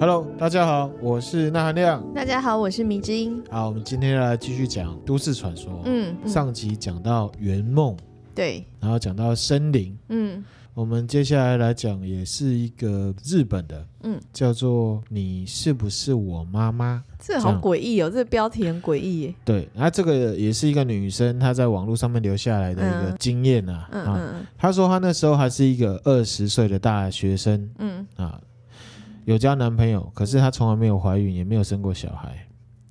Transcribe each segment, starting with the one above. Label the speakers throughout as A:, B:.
A: Hello，大家好，我是那含亮。
B: 大家好，我是迷之音。
A: 好，我们今天来继续讲都市传说。
B: 嗯，嗯
A: 上集讲到圆梦，
B: 对，
A: 然后讲到森林，
B: 嗯
A: 我们接下来来讲也是一个日本的，
B: 嗯，
A: 叫做“你是不是我妈妈
B: 这好
A: 这样
B: 诡异哦，这个标题很诡异耶”。。
A: 对，那这个也是一个女生她在网络上面留下来的一个
B: 嗯
A: 经验啊。
B: 嗯
A: 啊，
B: 嗯
A: 她说她那时候还是一个二十岁的大学生
B: 嗯，
A: 啊，有交男朋友，可是她从来没有怀孕，也没有生过小孩。
B: 嗯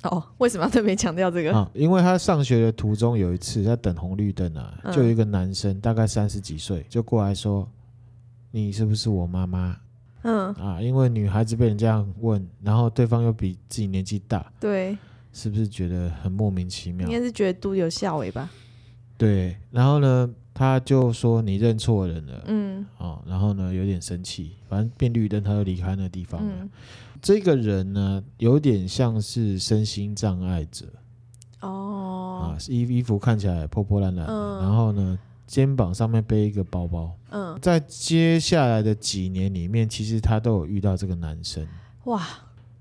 B: 哦，为什么要特别强调这个？
A: 啊，因为他上学的途中有一次在等红绿灯啊，
B: 嗯
A: 就有一个男生大概三十几岁就过来说：“你是不是我妈妈
B: 嗯，
A: 啊？”因为女孩子被人这样问，然后对方又比自己年纪大，
B: 对，
A: 是不是觉得很莫名其妙
B: 应？该是觉得都有下尾吧。
A: 对，然后呢，他就说你认错人了。
B: 嗯
A: 哦，然后呢，有点生气，反正变绿灯，他就离开那地方了。
B: 嗯，
A: 这个人呢，有点像是身心障碍者，啊
B: 哦，，
A: 衣衣服看起来破破烂烂的，
B: 嗯
A: 然后呢，肩膀上面背一个包包。
B: 嗯，
A: 在接下来的几年里面，其实他都有遇到这个男生。
B: 哇，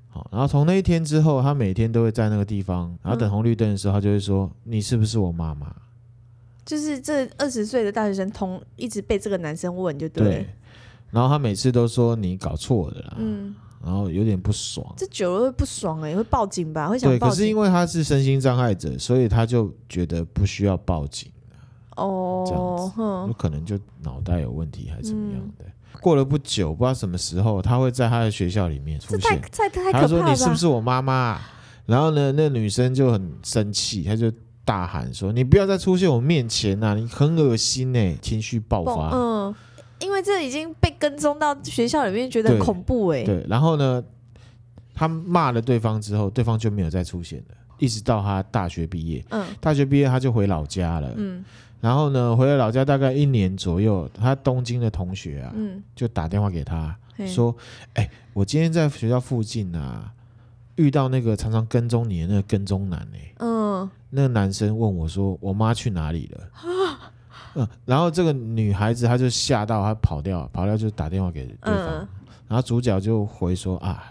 A: 好，然后从那一天之后，他每天都会在那个地
B: 嗯
A: 方，然后等红绿灯的时候，他就会说：“你是不是我妈妈
B: 就是这二十岁的大学生同一直被这个男生问，就？”对
A: 对
B: 了。。
A: 然后他每次都说你搞错了啦，
B: 嗯，
A: 然后有点不爽。
B: 这久了会不爽哎，会报警吧？会想
A: 对，
B: 报
A: 可
B: 警。
A: 是因为他是身心障碍者，所以他就觉得不需要报警。这样
B: 哦，嗯
A: 有
B: 哼，
A: 可能就脑袋有问题还是怎么样的。过了不久，不知道什么时候，他会在他的学校里面出
B: 这太
A: 现。
B: 太太
A: 他
B: 可
A: 说
B: 怕：“
A: 你
B: 了
A: 是不
B: 吧？
A: 是我妈妈啊？”然后呢，那女生就很生气，她就大喊说：“你不要再出现我面前呐、你很恶心呢、情绪爆发。
B: 嗯，因为这已经被跟踪到学校里面，觉得很
A: 对
B: 恐怖哎。
A: 对，然后呢，他骂了对方之后，对方就没有再出现了，一直到他大学毕业。
B: 嗯
A: 大学毕业，他就回老家了。
B: 嗯
A: 然后呢，回了老家大概一年左右，他东京的同学啊，
B: 嗯，
A: 就打电话给他，
B: 嘿
A: 说：“哎、我今天在学校附近啊，遇到那个常常跟踪你的那个跟踪男哎、
B: 嗯
A: 那个男生问我说，我妈去哪里了？ 嗯，然后这个女孩子她就吓到，她跑掉，跑掉就打电话给对方，
B: 嗯，
A: 然后主角就回说啊，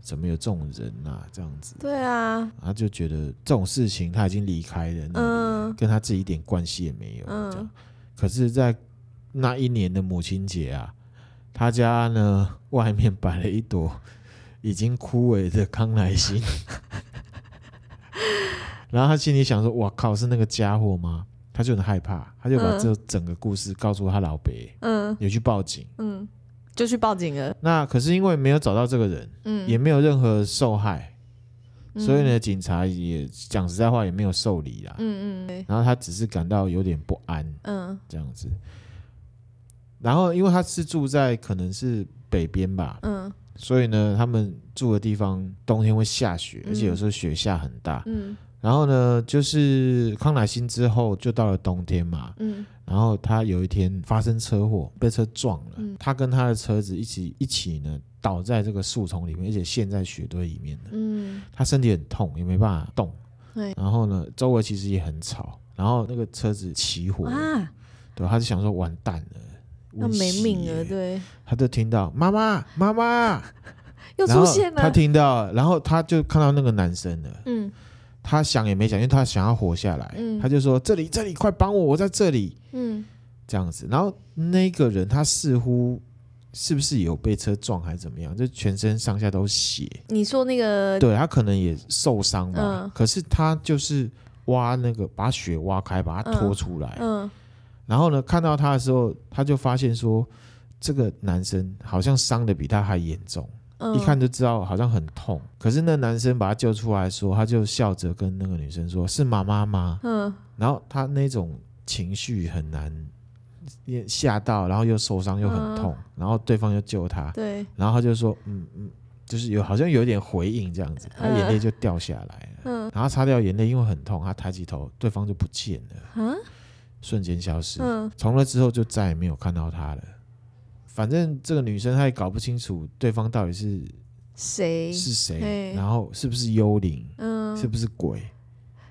A: 怎么有这种人啊，这样子，
B: 对啊，
A: 然后就觉得这种事情他已经离开了那里了，
B: 嗯
A: 跟他自己一点关系也没有，这样
B: 嗯。
A: 可是，在那一年的母亲节啊，他家呢外面摆了一朵已经枯萎的康乃馨， 然后他心里想说：“哇靠，是那个家伙吗？”他就很害怕，他就把
B: 嗯
A: 这整个故事告诉他老伯，
B: 嗯
A: 也去报警。
B: 嗯，就去报警了。
A: 那可是因为没有找到这个人，
B: 嗯，
A: 也没有任何受害，
B: 嗯
A: 所以，呢，警察也讲实在话也没有受理啦。
B: 嗯嗯对
A: 然后他只是感到有点不安，
B: 嗯
A: 这样子。然后因为他是住在可能是北边吧，
B: 嗯
A: 所以呢，他们住的地方冬天会下雪，而且有时候雪下很大。
B: 嗯
A: 然后呢，就是康乃馨之后就到了冬天嘛，
B: 嗯
A: 然后他有一天发生车祸，被车撞了，
B: 嗯
A: 他跟他的车子一起一起呢倒在这个树丛里面，而且陷在雪堆里面的。
B: 嗯，
A: 他身体很痛，也没办法动
B: 对。
A: 然后呢，周围其实也很吵，然后那个车子起火了
B: 啊，
A: 对，他就想说完蛋了，
B: 要
A: 温
B: 没
A: 习
B: 命了，
A: 耶，
B: 对，
A: 他就听到妈妈妈妈
B: 又
A: 然
B: 出
A: 后
B: 现
A: 他
B: 了。
A: 听到，然后他就看到那个男生了，
B: 嗯
A: 他想也没想，因为他想要活下来，
B: 嗯
A: 他就说这里这里快帮我，我在这里
B: 嗯
A: 这样子，然后那个人他似乎。是不是有被车撞还是怎么样？就全身上下都血，
B: 你说那个，
A: 对他可能也受伤吧。
B: 呃嗯
A: 可是他就是挖那个把血挖开，把他拖
B: 嗯
A: 出来。
B: 嗯
A: 然后呢，看到他的时候，他就发现说，这个男生好像伤的比他还严重，
B: 嗯，
A: 一看就知道好像很痛。可是那男生把他救出来的时候，他就笑着跟那个女生说：“是妈妈吗
B: 嗯，？”
A: 然后他那种情绪很难也吓到，然后又受伤又很痛，
B: 嗯
A: 然后对方又救他，
B: 对，
A: 然后他就说：“嗯嗯。”就是有好像有点回应这样子，他眼泪就掉下来了，
B: 嗯
A: 然后擦掉眼泪，因为很痛，他抬起头，对方就不见了，
B: 啊，
A: 瞬间消失。
B: 嗯
A: 从那之后就再也没有看到他了。反正这个女生她也搞不清楚对方到底是
B: 谁？
A: 是谁，
B: 嘿
A: 然后是不是幽灵，
B: 嗯，
A: 是不是鬼，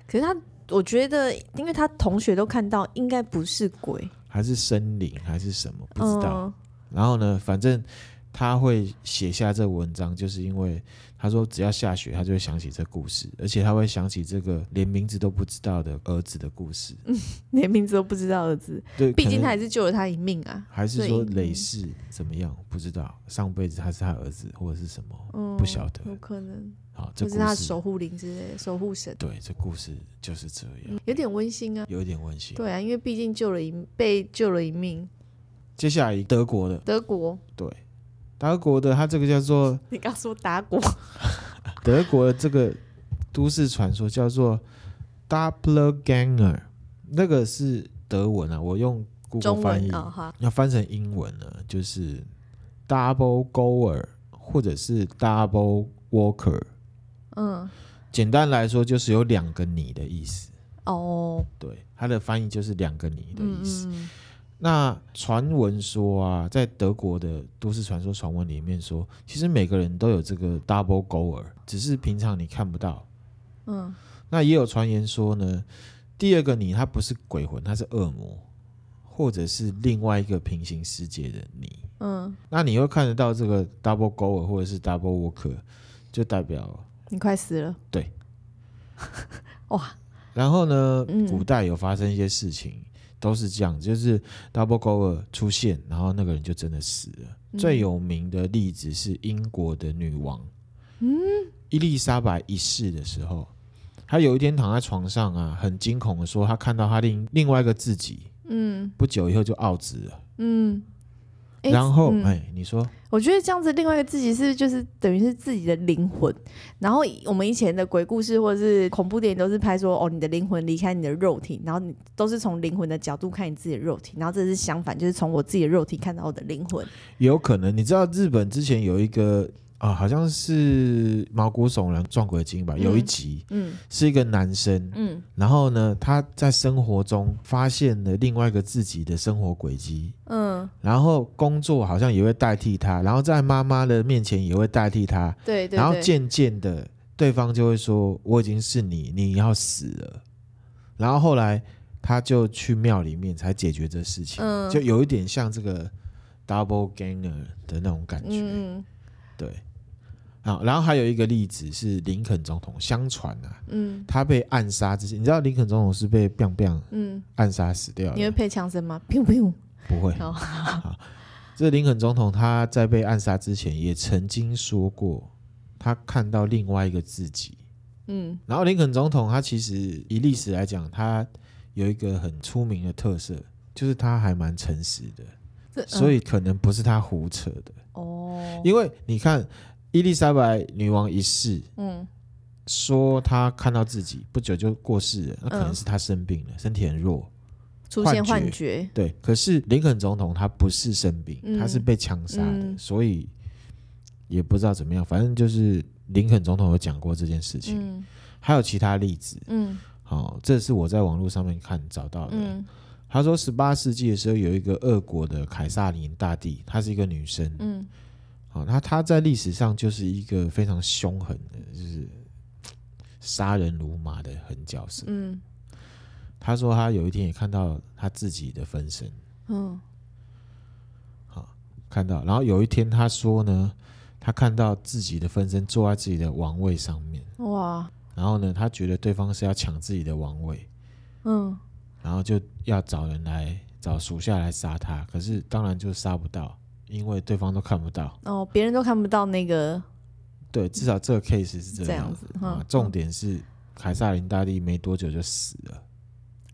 B: 可是他，我觉得，因为他同学都看到，应该不是鬼，
A: 还是森林，还是什么，不知道。
B: 嗯。
A: 然后呢，反正他会写下这文章，就是因为他说只要下雪，他就会想起这故事，而且他会想起这个连名字都不知道的儿子的故事。
B: 连名字都不知道儿子，
A: 对，
B: 嗯毕
A: 可
B: 竟
A: 能
B: 他还是救了他一命啊。
A: 还是
B: 所以
A: 说累世怎么样，不知道上辈子他是他儿子或者是什么，
B: 嗯，
A: 不晓得
B: 有可能，
A: 好，这
B: 或
A: 故
B: 是他的
A: 事
B: 守护灵之类的，守护神，
A: 对，这故事就是这样，
B: 有点温馨啊。
A: 有一点温馨。
B: 对啊，因为毕竟救了一被救了一命。
A: 接下来德国的，
B: 德国，
A: 对，德国的，它这个叫 做
B: 你刚说达国，
A: 德国的这个都市传说叫做 Doppelganger，那个是德文啊，我用 Google
B: 中
A: 翻
B: 文
A: 译，
B: 啊哈，
A: 要翻成英文呢，就是 Double Goer 或者是 Double Walker。
B: 嗯，
A: 简单来说，就是有两个你的意思。
B: 哦，
A: 对，它的翻译就是两个你的
B: 嗯
A: 意思。
B: 嗯，
A: 那传闻说啊，在德国的都市传说传闻里面说，其实每个人都有这个 double goer，只是平常你看不到。
B: 嗯，
A: 那也有传言说呢，第二个你他不是鬼魂，他是恶魔，或者是另外一个平行世界的你。
B: 嗯，
A: 那你会看得到这个 double goer 或者是 double walker，就代表
B: 你快死了，
A: 对，
B: 哇，
A: 然后呢，
B: 嗯
A: 古代有发生一些事情，都是这样，就是 double goer 出现，然后那个人就真的死了。
B: 嗯
A: 最有名的例子是英国的女王，嗯，伊丽莎白一世的时候，她有一天躺在床上啊，很惊恐的说，她看到她另另外一个自己，
B: 嗯
A: 不久以后就傲职了。
B: 嗯，诶
A: 然后，
B: 嗯
A: 哎、你说
B: 我觉得这样子，另外一个自己是不是就是等于是自己的灵魂。然后我们以前的鬼故事或者是恐怖电影都是拍说，哦，你的灵魂离开你的肉体，然后你都是从灵魂的角度看你自己的肉体，然后这是相反，就是从我自己的肉体看到我的灵魂。
A: 有可能，你知道日本之前有一个啊，好像是毛骨悚然撞鬼经吧，有一
B: 嗯
A: 集
B: 嗯
A: 是一个男生，
B: 嗯
A: 然后呢，他在生活中发现了另外一个自己的生活轨迹，
B: 嗯，
A: 然后工作好像也会代替他，然后在妈妈的面前也会代替他，
B: 对对
A: 然后
B: 对，
A: 渐渐的，对方就会说：“我已经是你，你要死了。”然后后来他就去庙里面才解决这事情，
B: 嗯
A: 就有一点像这个 double ganger 的那种感觉，
B: 嗯
A: 对。啊，然后还有一个例子是林肯总统，相传啊，
B: 嗯
A: 他被暗杀之前，你知道林肯总统是被 biang biang
B: 嗯，
A: 暗杀死掉
B: 你会
A: 的，
B: 配枪声吗？砰砰，
A: 不会。
B: 哦
A: 好，这林肯总统他在被暗杀之前也曾经说过，他看到另外一个自己。
B: 嗯
A: 然后林肯总统他其实以历史来讲，他有一个很出名的特色，就是他还蛮诚实的，
B: 这
A: 所
B: 以
A: 以可能不是他胡扯的。
B: 哦，
A: 因为你看伊丽莎白女王一世，
B: 嗯
A: 说她看到自己不久就过世了，那可能
B: 嗯
A: 是她生病了，身体很弱。
B: 出现
A: 幻
B: 幻
A: 觉
B: 觉，
A: 对，可是林肯总统他不是生病，
B: 嗯
A: 他是被枪杀的，
B: 嗯
A: 所以也不知道怎么样。反正就是林肯总统有讲过这件事情，
B: 嗯
A: 还有其他例子。
B: 嗯
A: 好、这是我在网络上面看找到的。
B: 嗯
A: 他说，十八世纪的时候有一个俄国的凯撒琳大帝，她是一个女生。
B: 嗯
A: 好、那她在历史上就是一个非常凶狠的，就是嘖杀人如麻的狠角色。
B: 嗯
A: 他说，他有一天也看到他自己的分身。
B: 嗯，
A: 看到，然后有一天他说呢，他看到自己的分身坐在自己的王位上面，
B: 嗯哇，
A: 然后呢，他觉得对方是要抢自己的王位，
B: 嗯
A: 然后就要找人来找属下来杀他，可是当然就杀不到，因为对方都看不到。
B: 哦，别人都看不到那个
A: 对，至少这个 case 是这
B: 这
A: 样
B: 样子嗯
A: 啊
B: 嗯。
A: 重点是凯撒琳大帝没多久就死了，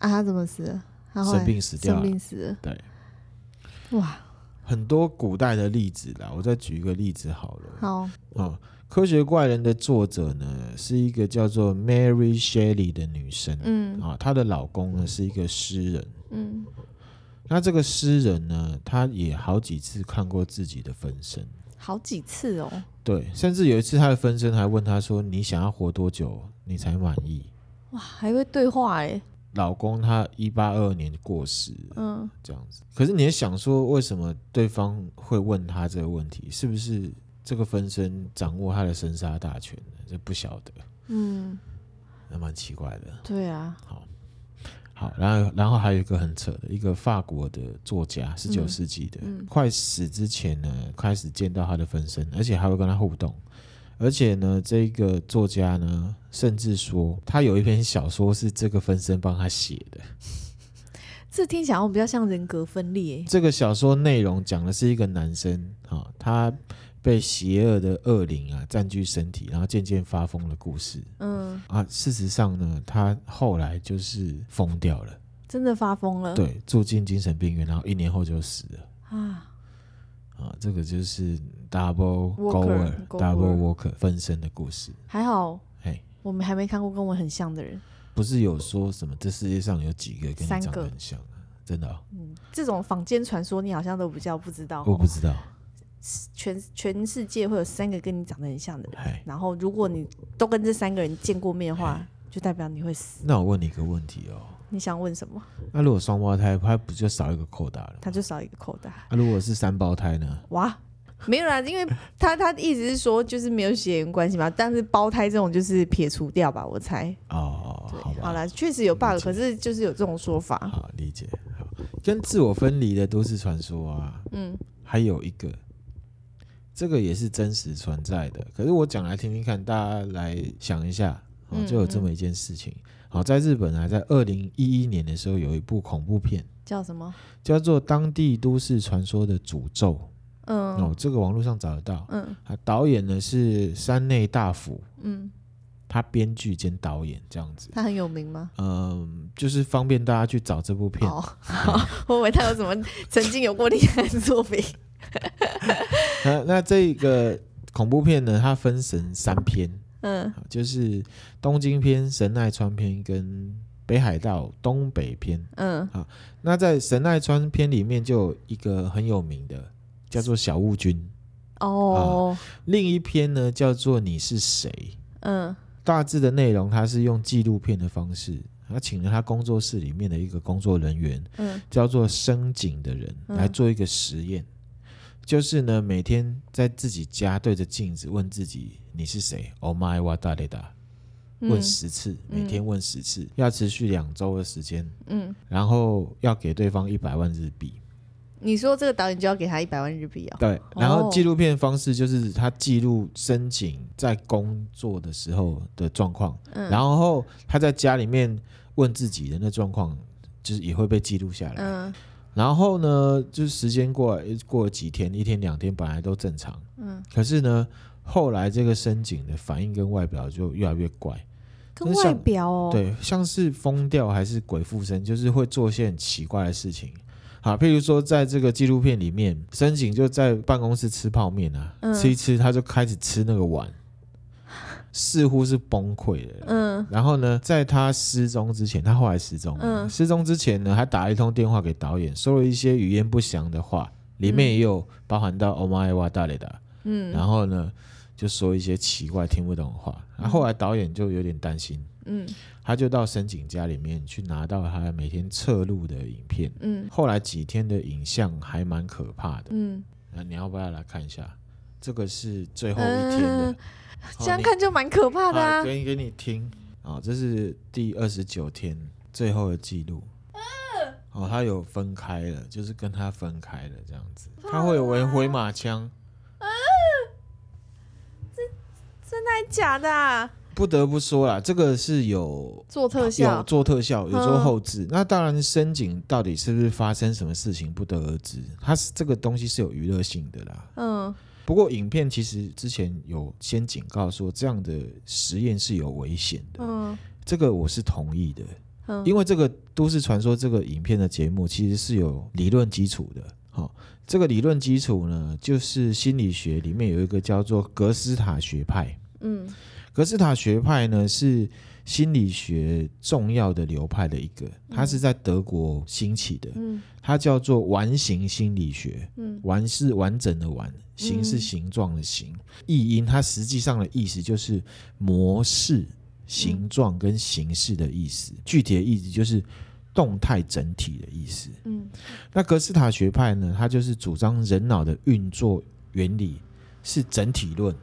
B: 啊，他怎么死的？他后来
A: 生病死掉
B: 生
A: 了。
B: 病死了。
A: 对，
B: 哇，
A: 很多古代的例子啦，我再举一个例子好了。
B: 好，
A: 哦，《科学怪人》的作者呢是一个叫做 Mary Shelley 的女生啊、
B: 嗯
A: 她的老公呢是一个诗人。
B: 嗯
A: 那这个诗人呢，他也好几次看过自己的分身，
B: 好几次哦，
A: 对，甚至有一次他的分身还问他说：“你想要活多久你才满意
B: 哇，还会对话哎，？”
A: 老公他一八二二年过世了，
B: 嗯，
A: 这样子。可是你也想说，为什么对方会问他这个问题？是不是这个分身掌握他的生杀大权呢？这不晓得，
B: 嗯，
A: 那蛮奇怪的。
B: 对啊，
A: 好，然后然后还有一个很扯的，一个法国的作家，十九世纪的，
B: 嗯
A: 快死之前呢，开始见到他的分身，而且还会跟他互动。而且呢，这个作家呢，甚至说他有一篇小说是这个分身帮他写的。
B: 这听起来好像比较像人格分裂。欸
A: 这个小说内容讲的是一个男生，哈、他被邪恶的恶灵啊占据身体，然后渐渐发疯的故事
B: 嗯，
A: 啊。事实上呢，他后来就是疯掉了，
B: 真的发疯了。
A: 对，住进精神病院，然后一年后就死了。
B: 啊，
A: 啊，这个就是 double
B: Walker，
A: goer
B: goer
A: double worker 分身的故事。
B: 还好
A: 嘿，
B: 我们还没看过跟我很像的人。
A: 不是有说什么这世界上有几个跟你
B: 三
A: 长得
B: 个
A: 很像啊？真的、哦，
B: 嗯，这种坊间传说你好像都比较不知道哦。
A: 我不知道。
B: 全全世界会有三个跟你长得很像的人，
A: 嘿，
B: 然后如果你都跟这三个人见过面的话，就代表你会死。
A: 那我问你一个问题哦，
B: 你想问什么，
A: 那如果双胞胎，他不就少一个扣打了？
B: 他就少一个口袋。
A: 那、如果是三胞胎呢？
B: 哇，没有啦，因为他他一直是说就是没有血缘关系嘛，但是胞胎这种就是撇除掉吧，我猜。
A: 哦，
B: 对
A: 好，吧，
B: 好啦，确实有 bug，
A: 理解
B: 可是就是有这种说法。
A: 好理解。好，跟自我分离的都市传说啊，
B: 嗯，
A: 还有一个，这个也是真实存在的。可是我讲来听听看，大家来想一下，哦
B: 嗯、
A: 就有这么一件事情。好，在日本啊，在二零一一年的时候，有一部恐怖片
B: 叫什么？
A: 叫做《当地都市传说的诅咒》，
B: 嗯
A: 哦，这个网络上找得到。
B: 嗯
A: 啊，导演呢是山内大辅，
B: 嗯，
A: 他编剧兼导演这样子。
B: 他很有名吗？
A: 嗯，就是方便大家去找这部片。
B: 哦， 好，我以为他有什么曾经有过厉害的作品。
A: 那那这个恐怖片呢，它分成三篇，
B: 嗯
A: 好就是东京篇、神奈川篇跟北海道东北篇。
B: 嗯，
A: 那在神奈川篇里面就有一个很有名的，叫做小雾君；
B: 哦，
A: 另一篇呢叫做你是谁。
B: 嗯
A: 大致的内容，它是用纪录片的方式，他请了他工作室里面的一个工作人员，
B: 嗯
A: 叫做深井的人
B: 嗯
A: 来做一个实验，就是呢每天在自己家对着镜子问自己你是谁，Oh my what da da da，问
B: 嗯
A: 十次，
B: 嗯
A: 每天问十次，要持续两周的时间，
B: 嗯，
A: 然后要给对方一百万日币。
B: 你说这个导演就要给他一百万日币哦。
A: 对，然后
B: 哦
A: 纪录片方式就是他记录申请在工作的时候的状况，
B: 嗯
A: 然后他在家里面问自己的那状况，就是也会被记录下来。
B: 嗯
A: 然后呢，就是时间过了过了几天，一天两天本来都正常，
B: 嗯，
A: 可是呢，后来这个深井的反应跟外表就越来越怪，
B: 跟外表哦，，
A: 对，像是疯掉还是鬼附身，就是会做一些很奇怪的事情。好，譬如说，在这个纪录片里面，深井就在办公室吃泡面啊，
B: 嗯
A: 吃一吃他就开始吃那个碗，似乎是崩溃的。
B: 嗯
A: 然后呢，在他失踪之前，他后来失踪了。
B: 嗯
A: 失踪之前呢，还打了一通电话给导演，说了一些语言不详的话，里面也有包含到 “oh my wa da da”，、
B: 嗯
A: 然后呢，就说一些奇怪听不懂的话。然后后来导演就有点担心，
B: 嗯
A: 他就到深井家里面去拿到他每天侧录的影片。
B: 嗯
A: 后来几天的影像还蛮可怕的，
B: 嗯，
A: 那你要不要来看一下？这个是最后一天的，
B: 嗯
A: 好
B: 这样
A: 你
B: 看就蛮可怕的啊
A: 啊，。给给你听啊、哦这是第二十九天最后的记录。
B: 嗯
A: 哦，他有分开了，就是跟他分开了这样子。
B: 啊
A: 他会有回回马枪，
B: 真的假的啊？
A: 不得不说啦，这个是有
B: 做特
A: 有
B: 效，
A: 做特效，有做
B: 嗯
A: 后置。那当然，深井到底是不是发生什么事情不得而知。它是这个东西是有娱乐性的啦。
B: 嗯
A: 不过影片其实之前有先警告说，这样的实验是有危险的。
B: 嗯
A: 这个我是同意的，
B: 嗯，
A: 因为这个都市传说这个影片的节目其实是有理论基础的。好、这个理论基础呢，就是心理学里面有一个叫做格斯塔学派。
B: 嗯
A: 格式塔学派呢是心理学重要的流派的一个，它是在德国兴起的，
B: 嗯
A: 它叫做完形心理学。
B: 嗯
A: 完是完整的完，形是形状的形，
B: 嗯
A: 意音它实际上的意思就是模式、形状跟形式的意思，具体的意思就是动态整体的意思。
B: 嗯
A: 那格式塔学派呢，它就是主张人脑的运作原理是整体论。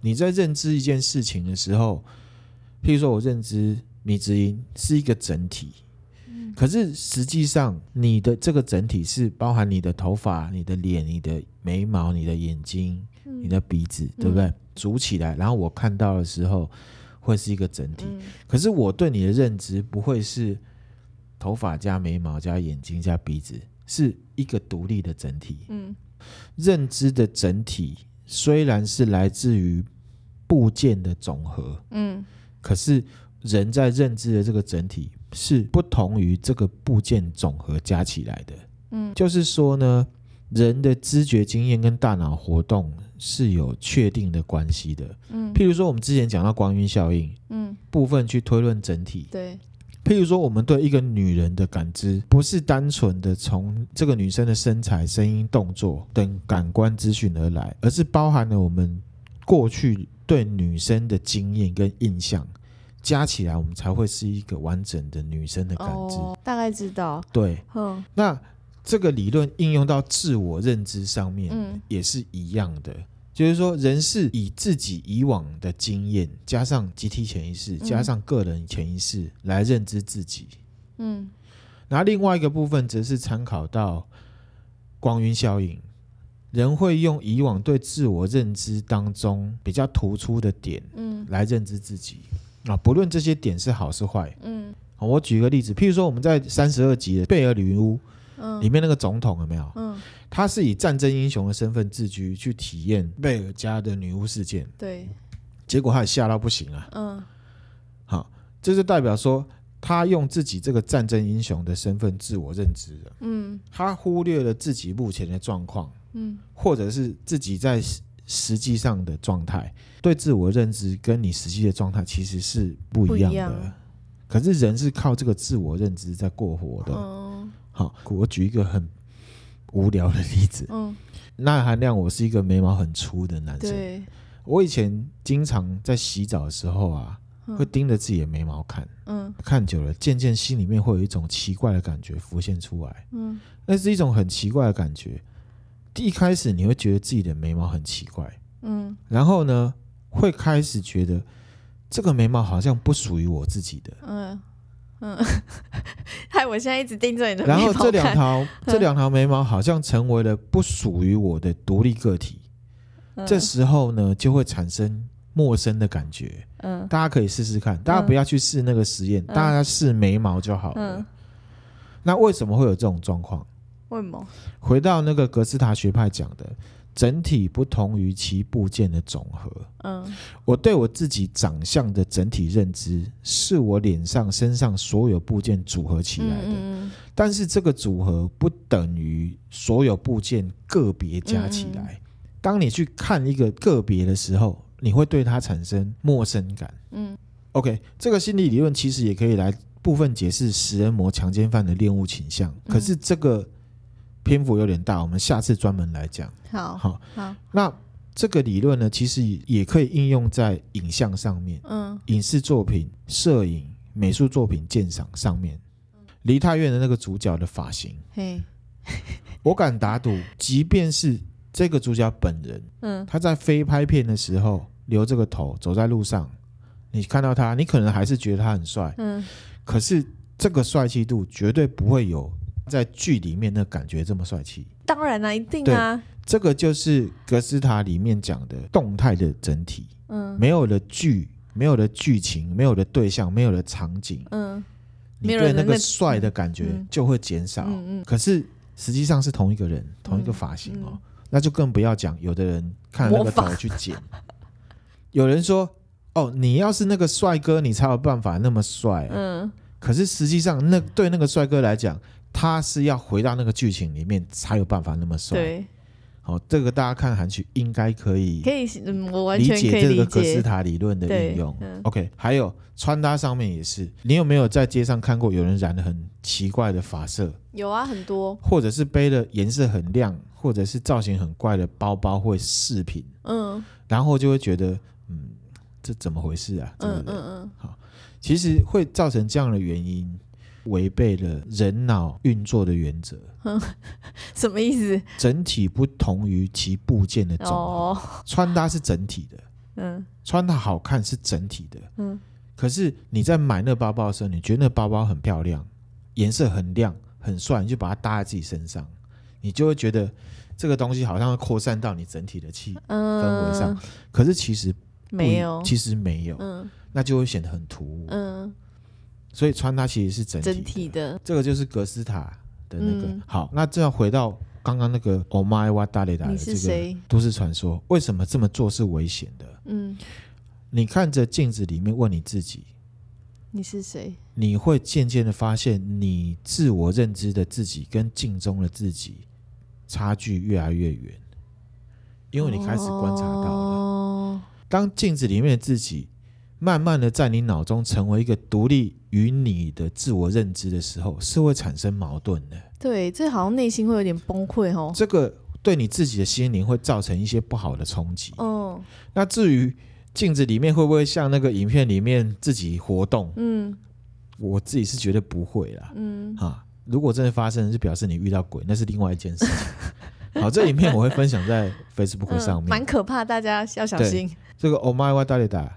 A: 你在认知一件事情的时候，譬如说我认知米之音是一个整体，可是实际上，你的这个整体是包含你的头发、你的脸、你的眉毛、你的眼睛、
B: 嗯
A: 你的鼻子，对不对？组起来，然后我看到的时候，会是一个整体。
B: 嗯
A: 可是我对你的认知不会是头发加眉毛加眼睛加鼻子，是一个独立的整体。
B: 嗯
A: 认知的整体虽然是来自于部件的总和，
B: 嗯
A: 可是人在认知的这个整体是不同于这个部件总和加起来的。
B: 嗯，
A: 就是说呢，人的知觉经验跟大脑活动是有确定的关系的。
B: 嗯
A: 譬如说，我们之前讲到光晕效应。
B: 嗯，
A: 部分去推论整体，
B: 对，
A: 譬如说，我们对一个女人的感知，不是单纯的从这个女生的身材、声音、动作等感官资讯而来，而是包含了我们过去对女生的经验跟印象，加起来，我们才会是一个完整的女生的感知。
B: 哦，大概知道，
A: 对，
B: 嗯
A: 那这个理论应用到自我认知上面，
B: 嗯
A: 也是一样的。就是说，人是以自己以往的经验，加上集体潜意识，加上个人潜意识来认知自己。
B: 嗯
A: 然后另外一个部分则是参考到光晕效应，人会用以往对自我认知当中比较突出的点
B: 嗯
A: 来认知自己啊，不论这些点是好是坏。
B: 嗯
A: 好我举个例子，譬如说我们在三十二集的贝尔女巫里
B: 嗯
A: 面那个总统有没有？
B: 嗯，
A: 他是以战争英雄的身份自居去体验贝尔家的女巫事件，
B: 对，
A: 结果他也吓到不行啊。
B: 嗯
A: 好，这就代表说他用自己这个战争英雄的身份自我认知了。
B: 嗯
A: 他忽略了自己目前的状况，
B: 嗯
A: 或者是自己在实实际上的状态，对自我认知跟你实际的状态其实是不一样
B: 不一
A: 的。
B: 样
A: 可是人是靠这个自我认知在过活的。
B: 嗯
A: 好，我举一个很无聊的例子，
B: 嗯，
A: 那含量我是一个眉毛很粗的男生，
B: 对，
A: 我以前经常在洗澡的时候啊，会
B: 嗯
A: 盯着自己的眉毛看，
B: 嗯
A: 看久了，渐渐心里面会有一种奇怪的感觉浮现出来。
B: 嗯
A: 那是一种很奇怪的感觉。第一开始你会觉得自己的眉毛很奇怪，
B: 嗯
A: 然后呢，会开始觉得这个眉毛好像不属于我自己的。
B: 嗯嗯，害我现在一直盯着你的
A: 然后
B: 眉毛
A: 这两
B: 看嗯
A: 条这两条眉毛好像成为了不属于我的独立个体。
B: 嗯
A: 这时候呢，就会产生陌生的感觉。
B: 嗯
A: 大家可以试试看，大家不要去试那个实验，
B: 嗯
A: 大家试眉毛就好了。
B: 嗯
A: 那为什么会有这种状况？
B: 为什么？
A: 回到那个格斯塔学派讲的，整体不同于其部件的总和。
B: 嗯
A: 我对我自己长相的整体认知，是我脸上、身上所有部件组合起来的。
B: 嗯嗯
A: 但是这个组合不等于所有部件个别加起
B: 嗯
A: 来。当你去看一个个别的时候，你会对它产生陌生感。
B: 嗯
A: OK，这个心理理论其实也可以来部分解释食人魔、强奸犯的恋物倾向。
B: 嗯
A: 可是这个篇幅有点大，我们下次专门来讲。
B: 好
A: 好，
B: 好
A: 那这个理论呢，其实也可以应用在影像上面。
B: 嗯
A: 影视作品、摄影、美术作品鉴赏上面。
B: 嗯
A: 梨泰院的那个主角的发型，
B: 嘿
A: 我敢打赌，即便是这个主角本人，
B: 嗯
A: 他在非拍片的时候留这个头，走在路上，你看到他，你可能还是觉得他很帅，
B: 嗯
A: 可是这个帅气度绝对不会有在剧里面的感觉这么帅气。
B: 当然啦、一定
A: 对
B: 啊
A: 这个就是格斯塔里面讲的动态的整体，
B: 嗯
A: 没有了剧，没有了剧情，没有了对象，没有了场景，
B: 嗯
A: 你
B: 没有
A: 对
B: 人
A: 那
B: 的
A: 个
B: 那
A: 帅的感觉
B: 嗯
A: 就会减少。
B: 嗯嗯嗯
A: 可是实际上是同一个人，同一个发型哦，那就更不要讲有的人看那个头
B: 模仿
A: 去剪。有人说：“哦，你要是那个帅哥，你才有办法那么帅啊、
B: 嗯
A: 可是实际上，那对那个帅哥来讲，他是要回到那个剧情里面才有办法那么帅。
B: 对，
A: 好、这个大家看韩剧应该可以
B: 可以嗯我完
A: 理
B: 全可
A: 解
B: 以
A: 这
B: 理
A: 个格斯
B: 解
A: 塔理论的
B: 对
A: 应用。
B: 嗯
A: OK，还有穿搭上面也是，你有没有在街上看过有人染的很奇怪的发色，
B: 有啊很多
A: 或者是背的颜色很亮，或者是造型很怪的包包或饰品，
B: 嗯
A: 然后就会觉得，嗯，这怎么回事啊？这个
B: 嗯
A: 人、
B: 嗯
A: 其实会造成这样的原因，违背了人脑运作的原则，
B: 嗯，什么意思？
A: 整体不同于其部件的总和。
B: 哦
A: 穿搭是整体的，
B: 嗯
A: 穿搭好看是整体的，
B: 嗯
A: 可是你在买那包包的时候，你觉得那包包很漂亮，颜色很亮、很帅，你就把它搭在自己身上，你就会觉得这个东西好像会扩散到你整体的气氛
B: 嗯，
A: 围上。可是其实不一
B: 没有，
A: 其实没有，
B: 嗯
A: 那就会显得很突兀。
B: 嗯，
A: 所以穿搭其实是整体的
B: 整体的，
A: 这个就是格斯塔的那个。
B: 嗯
A: 好，那这样回到刚刚那个 Oh my w a d a l 的
B: 你
A: 这
B: 是
A: 个
B: 谁？
A: 都市传说，为什么这么做是危险的？
B: 嗯，
A: 你看着镜子里面问你自己，
B: 你是谁？
A: 你会渐渐的发现，你自我认知的自己跟镜中的自己差距越来越远，因为你开始观察到了。
B: 哦，
A: 当镜子里面的自己慢慢的在你脑中成为一个独立于你的自我认知的时候，是会产生矛盾的。
B: 对，这好像内心会有点崩溃哦。
A: 这个对你自己的心灵会造成一些不好的冲击。
B: 嗯
A: 那至于镜子里面会不会像那个影片里面自己活动，
B: 嗯
A: 我自己是觉得不会啦。
B: 嗯，
A: 啊，如果真的发生，就表示你遇到鬼，那是另外一件事情。 好，这影片我会分享在 Facebook
B: 嗯
A: 上面。
B: 蛮可怕，大家要小
A: 对
B: 心。
A: 这个 Oh my w a d a l i d a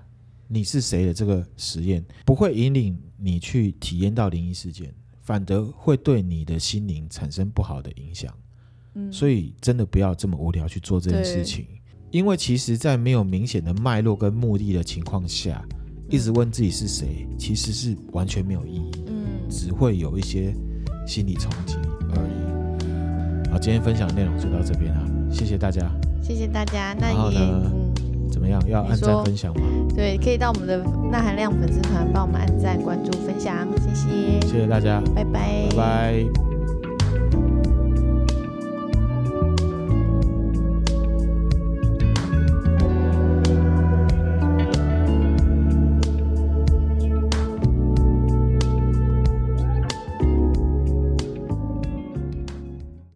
A: 你是谁的这个实验，不会引领你去体验到灵异事件，反而会对你的心灵产生不好的影响。
B: 嗯，
A: 所以真的不要这么无聊去做这件事情，因为其实，在没有明显的脉络跟目的的情况下，一直问自己是谁，其实是完全没有意义，
B: 嗯，
A: 只会有一些心理冲击而已。好，今天分享的内容就到这边啦，谢谢大家。
B: 谢谢大家。那
A: 然后
B: 也
A: 呢
B: 嗯，
A: 怎么样？要按
B: 你
A: 赞
B: 说
A: 分享吗？
B: 对，可以到我们的钠含量粉丝团帮我们按赞、关注、分享，谢谢，
A: 谢谢大家，
B: 拜拜，
A: 拜拜